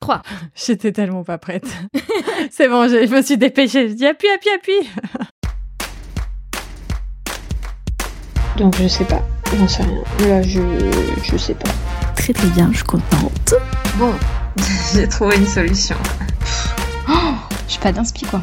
3. J'étais tellement pas prête. C'est bon, je, je me suis dépêchée. Je dis appuie, appuie, appuie. Donc je sais pas, j'en sais rien. Là, je, je sais pas. Très très bien, je suis contente. Bon, j'ai trouvé une solution. Oh, je suis pas d'inspi quoi.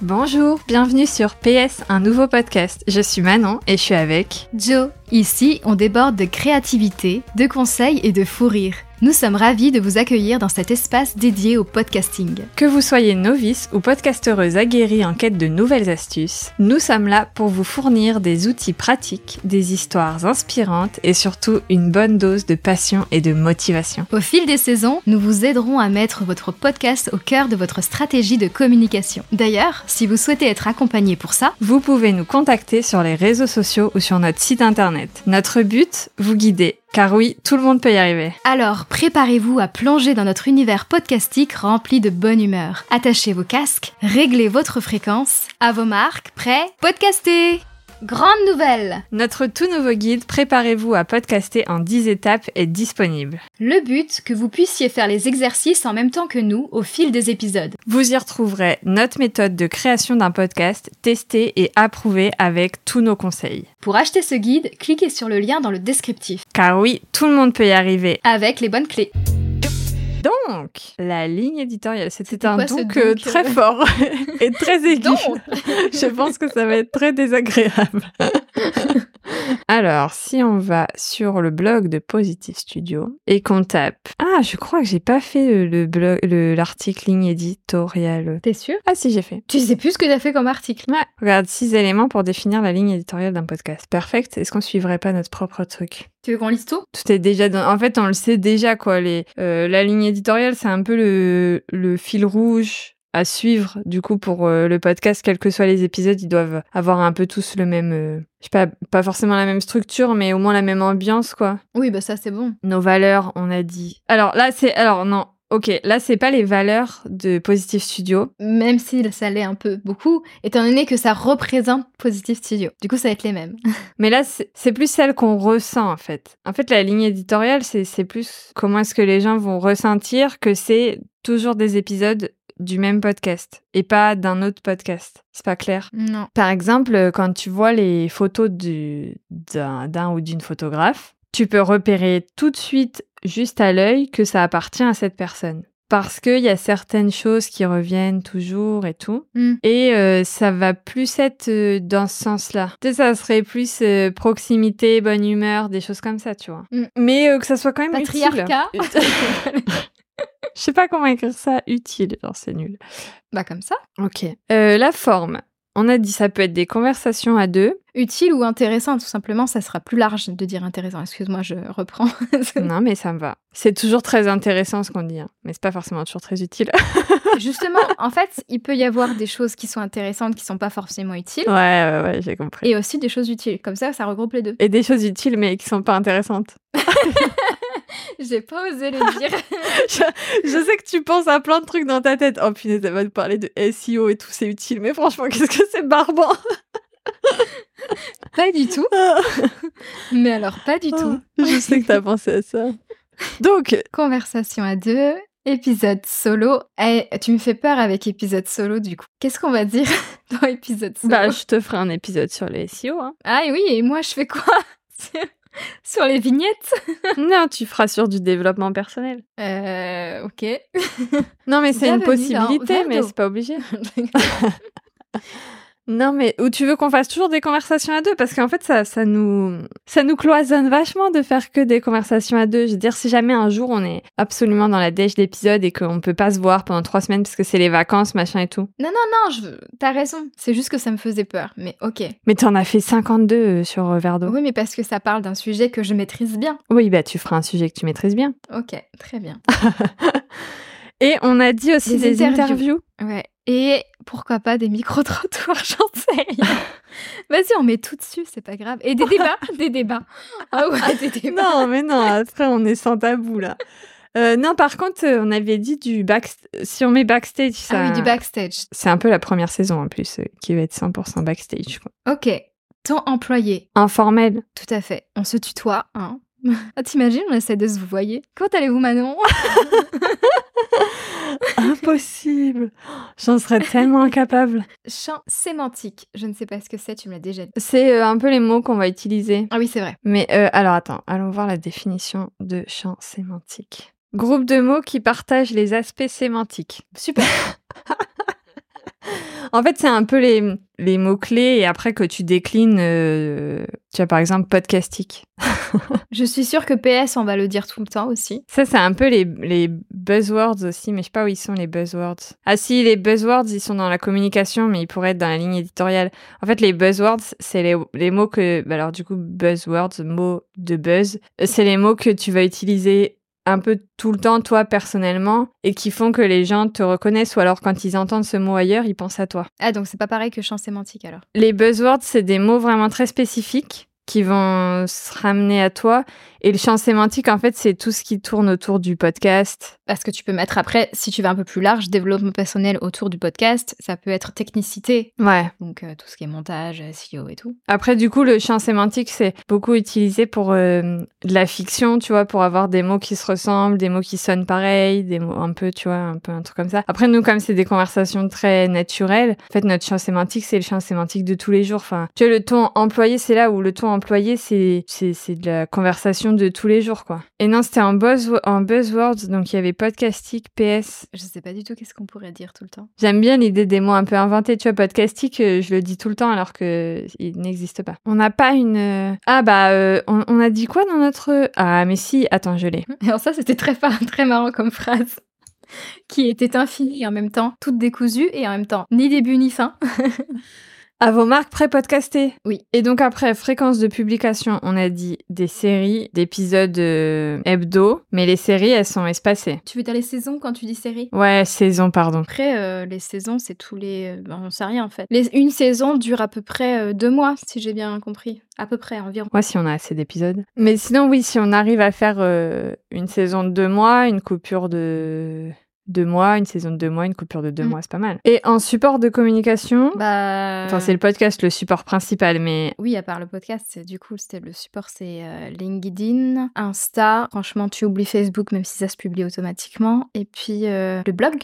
Bonjour, bienvenue sur PS, un nouveau podcast. Je suis Manon et je suis avec Joe, ici, on déborde de créativité, de conseils et de fou rire. Nous sommes ravis de vous accueillir dans cet espace dédié au podcasting. Que vous soyez novice ou podcastereuse aguerrie en quête de nouvelles astuces, nous sommes là pour vous fournir des outils pratiques, des histoires inspirantes et surtout une bonne dose de passion et de motivation. Au fil des saisons, nous vous aiderons à mettre votre podcast au cœur de votre stratégie de communication. D'ailleurs, si vous souhaitez être accompagné pour ça, Vous pouvez nous contacter sur les réseaux sociaux ou sur notre site internet. Notre but, vous guider, car oui, tout le monde peut y arriver. alors préparez-vous à plonger dans notre univers podcastique rempli de bonne humeur. Attachez vos casques, réglez votre fréquence, à vos marques, prêts, podcastez Grande nouvelle Notre tout nouveau guide Préparez-vous à podcaster en 10 étapes est disponible. Le but, que vous puissiez faire les exercices en même temps que nous au fil des épisodes. Vous y retrouverez notre méthode de création d'un podcast testée et approuvée avec tous nos conseils. Pour acheter ce guide, cliquez sur le lien dans le descriptif, Car oui, tout le monde peut y arriver. avec les bonnes clés. Donc, la ligne éditoriale, c'était un quoi ce donc, euh, donc très fort et très aigu. Donc Je pense que ça va être très désagréable. Alors, si on va sur le blog de Positive Studio et qu'on tape... Ah, je crois que j'ai pas fait le- le blog- le- l'article ligne éditoriale. T'es sûr Ah si, j'ai fait. Tu sais plus ce que t'as fait comme article. Ouais, regarde, six éléments pour définir la ligne éditoriale d'un podcast. Perfect, est-ce qu'on suivrait pas notre propre truc Tu veux qu'on lise tout Tout est déjà dans... En fait, on le sait déjà, quoi. Les... euh, la ligne éditoriale, c'est un peu le, le fil rouge à suivre, du coup, pour euh, le podcast, quels que soient les épisodes, ils doivent avoir un peu tous le même... euh, Je sais pas, pas forcément la même structure, mais au moins la même ambiance, quoi. Oui, bah ça c'est bon. Nos valeurs, on a dit. Alors là, c'est... Alors non, ok, là, c'est pas les valeurs de Positive Studio. Même si ça l'est un peu beaucoup, étant donné que ça représente Positive Studio. Du coup, ça va être les mêmes. Mais là, c'est c'est plus celle qu'on ressent, en fait. En fait, la ligne éditoriale, c'est c'est plus comment est-ce que les gens vont ressentir que c'est toujours des épisodes du même podcast et pas d'un autre podcast. C'est pas clair. Non. Par exemple, euh, quand tu vois les photos du- d'un d'un ou d'une photographe, tu peux repérer tout de suite, juste à l'œil, que ça appartient à cette personne. Parce qu'il y a certaines choses qui reviennent toujours et tout. Mm. Et euh, ça va plus être euh, dans ce sens-là. Tu sais, ça serait plus euh, proximité, bonne humeur, des choses comme ça, tu vois. Mm. Mais euh, que ça soit quand même utile. Patriarcat. Je sais pas comment écrire ça utile. Genre, c'est nul. bah comme ça. Ok. Euh, la forme. On a dit ça peut être des conversations à deux. Utile ou intéressant, tout simplement, ça sera plus large de dire intéressant. Excuse-moi, je reprends. Non, mais ça me va. C'est toujours très intéressant ce qu'on dit, hein. mais c'est pas forcément toujours très utile. Justement, en fait, il peut y avoir des choses qui sont intéressantes, qui sont pas forcément utiles, ouais, ouais, ouais, j'ai compris. et aussi des choses utiles. Comme ça, ça regroupe les deux. Et des choses utiles, mais qui sont pas intéressantes. J'ai pas osé le dire. Je sais que tu penses à plein de trucs dans ta tête. Oh punaise, elle va te parler de SEO et tout, c'est utile, mais franchement, qu'est-ce que c'est barbant pas du tout. Mais alors, pas du tout. Je sais que t'as pensé à ça. Donc, Conversation à deux, épisode solo. Eh, tu me fais peur avec épisode solo du coup. Qu'est-ce qu'on va dire dans épisode solo bah, je te ferai un épisode sur le SEO. hein. Ah oui, et moi je fais quoi Sur- Sur les vignettes non, tu feras sur du développement personnel. Euh, ok. Non, mais c'est une Bienvenue dans possibilité, mais Verdo. c'est pas obligé. Non, mais ou tu veux qu'on fasse toujours des conversations à deux Parce qu'en fait, ça, ça, nous, ça nous cloisonne vachement de faire que des conversations à deux. Je veux dire, si jamais un jour on est absolument dans la dèche d'épisode et qu'on peut pas se voir pendant trois semaines parce que c'est les vacances, machin et tout. non, non, non, je... veux- t'as raison. C'est juste que ça me faisait peur, mais ok. Mais t'en as fait 52 euh, sur euh, Verdo. Oui. Oui, mais parce que ça parle d'un sujet que je maîtrise bien. bah tu feras un sujet que tu maîtrises bien. Ok, très bien. Et on a dit aussi des, Des interviews. interviews. Ouais. Et pourquoi pas des micro-trottoirs, j'en sais rien. Vas-y, on met tout dessus, c'est pas grave. Et des débats, des débats. Ah ouais, des débats. Non, mais non, après on est sans tabou là. Euh, non, par contre, euh, on avait dit du backstage. Si on met backstage, ça. Ah oui, du backstage. C'est un peu la première saison en plus euh, qui va être 100% backstage. quoi. Ok. Temps employé. Informel. Tout à fait. On se tutoie, hein. Ah, t'imagines, on essaie de se voyer. Comment allez-vous, Manon impossible. J'en serais tellement incapable. Champ sémantique. Je ne sais pas ce que c'est, tu me l'as déjà dit. C'est euh, un peu les mots qu'on va utiliser. Ah oui, c'est vrai. Mais euh, alors attends, allons voir la définition de champ sémantique. Groupe de mots qui partagent les aspects sémantiques. Super. En fait, c'est un peu les, les mots-clés et après que tu déclines, euh, tu as par exemple podcastique. Je suis sûre que PS, on va le dire tout le temps aussi. Ça, c'est un peu les, les buzzwords aussi, mais je sais pas où ils sont les buzzwords. Ah si, les buzzwords, ils sont dans la communication, mais ils pourraient être dans la ligne éditoriale. En fait, les buzzwords, c'est les, les mots que... bah alors du coup, buzzwords, mots de buzz, euh, c'est les mots que tu vas utiliser un peu tout le temps toi personnellement et qui font que les gens te reconnaissent ou alors quand ils entendent ce mot ailleurs, ils pensent à toi. Ah, donc c'est pas pareil que champ sémantique alors. Les buzzwords, c'est des mots vraiment très spécifiques qui vont se ramener à toi. Et le champ sémantique, en fait, c'est tout ce qui tourne autour du podcast. Parce que tu peux mettre après, si tu vas un peu plus large, développement personnel autour du podcast. Ça peut être technicité. Ouais. Donc euh, tout ce qui est montage, SEO et tout. Après, du coup, le champ sémantique, c'est beaucoup utilisé pour euh, de la fiction, tu vois, pour avoir des mots qui se ressemblent, des mots qui sonnent pareil, des mots un peu, tu vois, un peu un truc comme ça. Après, nous, comme c'est des conversations très naturelles, en fait, notre champ sémantique, c'est le champ sémantique de tous les jours. Enfin, tu vois, le ton employé, c'est là où le ton employé, c'est, c'est, c'est de la conversation de tous les jours, quoi. Et non, c'était en, buzz, en buzzwords, donc il y avait podcastique, PS. Je sais pas du tout qu'est-ce qu'on pourrait dire tout le temps. J'aime bien l'idée des mots un peu inventés, tu vois, podcastique, euh, je le dis tout le temps alors que il n'existe pas. On n'a pas une... euh, Ah bah, euh, on, on a dit quoi dans notre... Ah mais si, attends, je l'ai. Alors ça, c'était très, fa- très marrant comme phrase. Qui était infinie en même temps, toute décousue et en même temps, ni début ni fin. À vos marques pré-podcastées. Oui. Et donc après, fréquence de publication, on a dit des séries, d'épisodes euh, hebdo, mais les séries, elles sont espacées. tu veux dire les saisons quand tu dis série Ouais, saison, pardon. Après, euh, les saisons, c'est tous les. ben, on sait rien en fait. Les- Une saison dure à peu près euh, deux mois, si j'ai bien compris. À peu près, environ. Ouais, si on a assez d'épisodes. Mais sinon, oui, si on arrive à faire euh, une saison de deux mois, une coupure de deux mois, une saison de deux mois, une coupure de deux Mm. mois, c'est pas mal. Et en support de communication, Bah. enfin, c'est le podcast, le support principal, mais Oui, à part le podcast, c'est- du coup, c'était le support, c'est euh, LinkedIn, Insta. Franchement, tu oublies Facebook, même si ça se publie automatiquement. Et puis euh, le blog.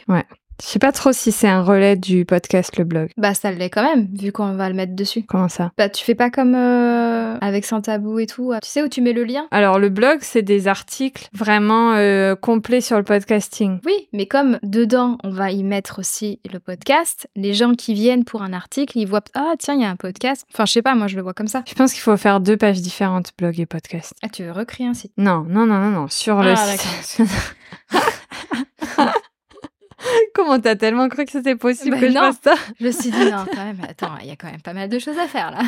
je sais pas trop si c'est un relais du podcast, le blog. Bah, ça l'est quand même, vu qu'on va le mettre dessus. Comment ça Bah, tu fais pas comme euh, avec Sans Tabou et tout. euh, Tu sais où tu mets le lien Alors, le blog, c'est des articles vraiment euh, complets sur le podcasting. Oui, mais comme dedans, on va y mettre aussi le podcast, les gens qui viennent pour un article, ils voient Ah, tiens, il y a un podcast. Enfin, je sais pas, moi, je le vois comme ça. Je pense qu'il faut faire deux pages différentes, blog et podcast. Ah, tu veux recréer un site Non, non, non, non, non, sur le Ah, site. Comment t'as tellement cru que c'était possible Bah que non. je fasse ça Je me suis dit, non, quand même, attends, il y a quand même pas mal de choses à faire là.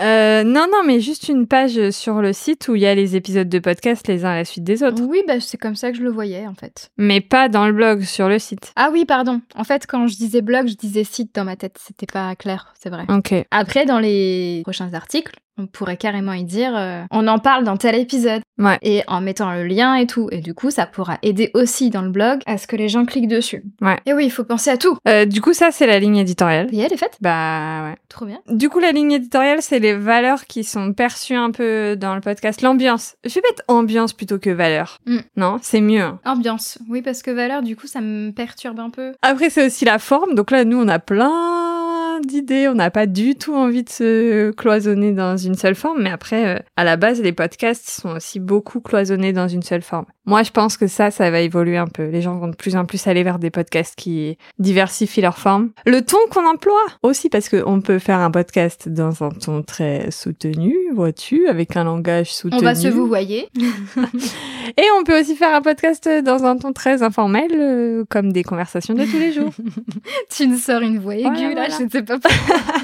Euh, Non, non, mais juste une page sur le site où il y a les épisodes de podcast les uns à la suite des autres. oui, bah, c'est comme ça que je le voyais, en fait. Mais pas dans le blog, sur le site. Ah oui, pardon. En fait, quand je disais blog, je disais site dans ma tête. C'était pas clair, c'est vrai. Ok. Après, dans les prochains articles, on pourrait carrément y dire euh, on en parle dans tel épisode. Ouais. Et en mettant le lien et tout. Et du coup, ça pourra aider aussi dans le blog à ce que les gens cliquent dessus. Ouais. Et oui, il faut penser à tout. Euh, du coup, ça, c'est la ligne éditoriale. Et elle est faite. Bah ouais. Trop bien. Du coup, la ligne éditoriale, c'est les valeurs qui sont perçues un peu dans le podcast. L'ambiance. Je vais mettre ambiance plutôt que valeur. Mm. Non, c'est mieux. hein. Ambiance. Oui, parce que valeur, du coup, ça me perturbe un peu. Après, c'est aussi la forme. Donc là, nous, on a plein d'idées. On n'a pas du tout envie de se cloisonner dans une seule forme. Mais après, euh, à la base, les podcasts sont aussi beaucoup cloisonnés dans une seule forme. Moi, je pense que ça, ça va évoluer un peu. Les gens vont de plus en plus aller vers des podcasts qui diversifient leur forme. Le ton qu'on emploie aussi, parce qu'on peut faire un podcast dans un ton très soutenu, vois-tu, avec un langage On soutenu. va se vous voyez. Et on peut aussi faire un podcast dans un ton très informel, euh, comme des conversations de tous les jours. tu nous sors une voix aiguë, Voilà, là, voilà. je ne sais pas. pourquoi.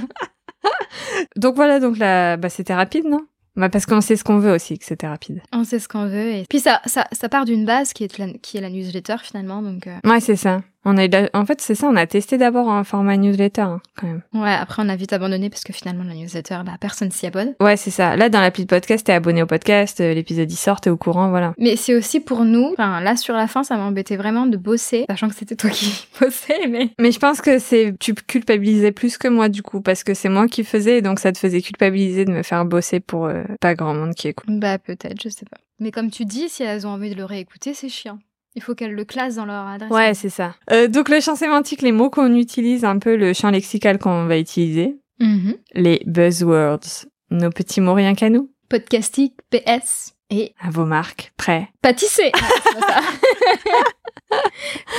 Donc voilà, donc là, bah, c'était rapide, non bah, Parce qu'on sait ce qu'on veut aussi, que c'était rapide. On sait ce qu'on veut. Et puis, ça, ça, ça part d'une base qui est, la, qui est la newsletter, finalement. Donc, euh, Ouais, c'est ça. On a eu de la- En fait, c'est ça, on a testé d'abord un format newsletter, hein, quand même. ouais, après, on a vite abandonné parce que finalement, la newsletter, bah, personne s'y abonne. Ouais, c'est ça. Là, dans l'appli de podcast, t'es abonné au podcast, euh, l'épisode il sort, t'es au courant, voilà. Mais c'est aussi pour nous, enfin là sur la fin, ça m'embêtait vraiment de bosser, sachant que c'était toi qui bossais, mais Mais je pense que c'est tu culpabilisais plus que moi, du coup, parce que c'est moi qui faisais, donc ça te faisait culpabiliser de me faire bosser pour euh, pas grand monde qui écoute. bah peut-être, je sais pas. Mais comme tu dis, si elles ont envie de le réécouter, c'est chiant. Il faut qu'elles le classent dans leur adresse. Ouais, Ah, c'est ça. Euh, donc le champ sémantique, les mots qu'on utilise, un peu le champ lexical qu'on va utiliser, Mhm. les buzzwords, nos petits mots rien qu'à nous, Podcastique, PS et à vos marques, prêts. pâtisser.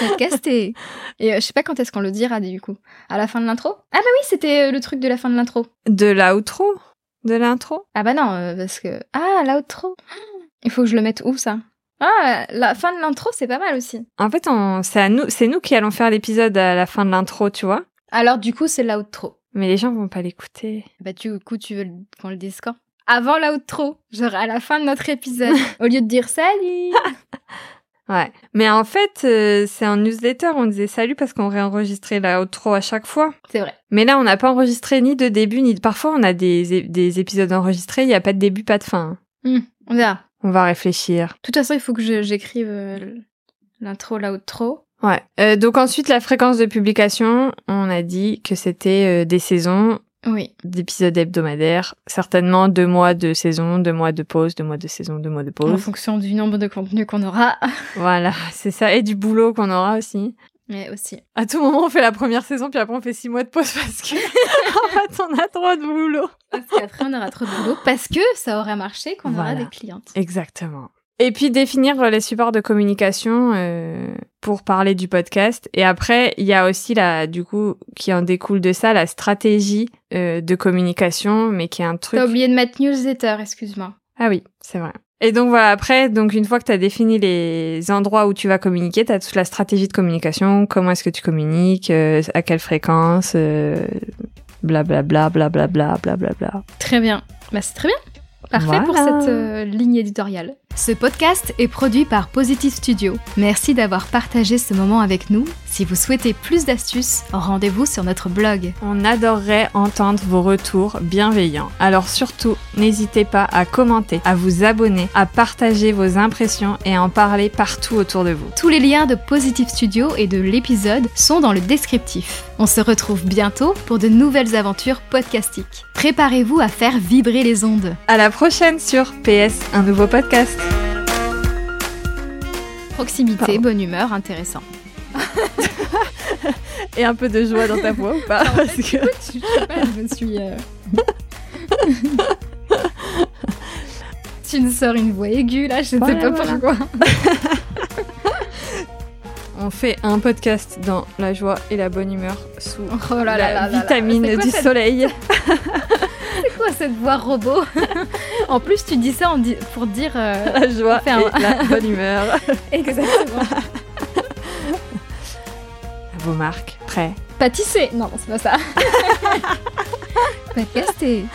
Podcasté. Et euh, je sais pas quand est-ce qu'on le dira du coup. À la fin de l'intro Ah bah oui, c'était euh, le truc de la fin de l'intro. De l'outro, de l'intro. Ah bah non, euh, parce que... Ah, l'outro. Il faut que je le mette où ça Ah, la fin de l'intro, c'est pas mal aussi. En fait, on, c'est à nous, c'est nous qui allons faire l'épisode à la fin de l'intro, tu vois. Alors du coup, c'est l'outro. Mais les gens vont pas l'écouter. Bah du coup, tu veux le- qu'on le dise quand Avant l'outro, genre à la fin de notre épisode. Au lieu de dire salut Ouais. Mais en fait, euh, c'est en newsletter, on disait salut parce qu'on réenregistrait l'outro à chaque fois. C'est vrai. Mais là, on n'a pas enregistré ni de début, ni de... Parfois, on a des, é- des épisodes enregistrés, il n'y a pas de début, pas de fin. hein. Hmm, on verra. On va réfléchir. De toute façon, il faut que je- j'écrive euh, l'intro, l'outro. Ouais. Euh, donc ensuite, la fréquence de publication, on a dit que c'était euh, des saisons Oui. d'épisodes hebdomadaires. Certainement deux mois de saison, deux mois de pause, deux mois de saison, deux mois de En pause. fonction du nombre de contenus qu'on aura. Voilà, c'est ça. Et du boulot qu'on aura aussi. Mais aussi. À tout moment, on fait la première saison, puis après, on fait six mois de pause parce que, en fait, on a trop de boulot. Parce qu'après, on aura trop de boulot. Parce que ça aura marché qu'on Voilà. aura des clientes. Exactement. Et puis définir les supports de communication euh, pour parler du podcast. Et après, il y a aussi la, du coup, qui en découle de ça, la stratégie euh, de communication, mais qui est un truc. T'as oublié de mettre newsletter, excuse-moi. Ah oui, c'est vrai. Et donc voilà, après, donc une fois que tu as défini les endroits où tu vas communiquer, tu as toute la stratégie de communication, comment est-ce que tu communiques, euh, à quelle fréquence, euh, blablabla, blablabla, blablabla. Très bien. Bah, c'est très bien. Parfait pour Voilà. cette euh, ligne éditoriale. Ce podcast est produit par Positive Studio. Merci d'avoir partagé ce moment avec nous. Si vous souhaitez plus d'astuces, rendez-vous sur notre blog. On adorerait entendre vos retours bienveillants. Alors surtout, n'hésitez pas à commenter, à vous abonner, à partager vos impressions et à en parler partout autour de vous. Tous les liens de Positive Studio et de l'épisode sont dans le descriptif. On se retrouve bientôt pour de nouvelles aventures podcastiques. Préparez-vous à faire vibrer les ondes. À la prochaine sur PS, un nouveau podcast. Proximité, Pardon. bonne humeur, intéressant. Et un peu de joie dans ta voix ou pas Parce que- je sais pas, je me suis. euh, tu nous sors une voix aiguë là, je ne Voilà, sais pas voilà. pourquoi. On fait un podcast dans la joie et la bonne humeur sous Oh là la là là là là. vitamine C'est quoi du cette- soleil. C'est quoi cette voix robot En plus, tu dis ça en di- pour dire. euh, La joie fait un- et la bonne humeur. Exactement. À vos marques, prêt Pâtisser Non, c'est pas ça. Podcasté.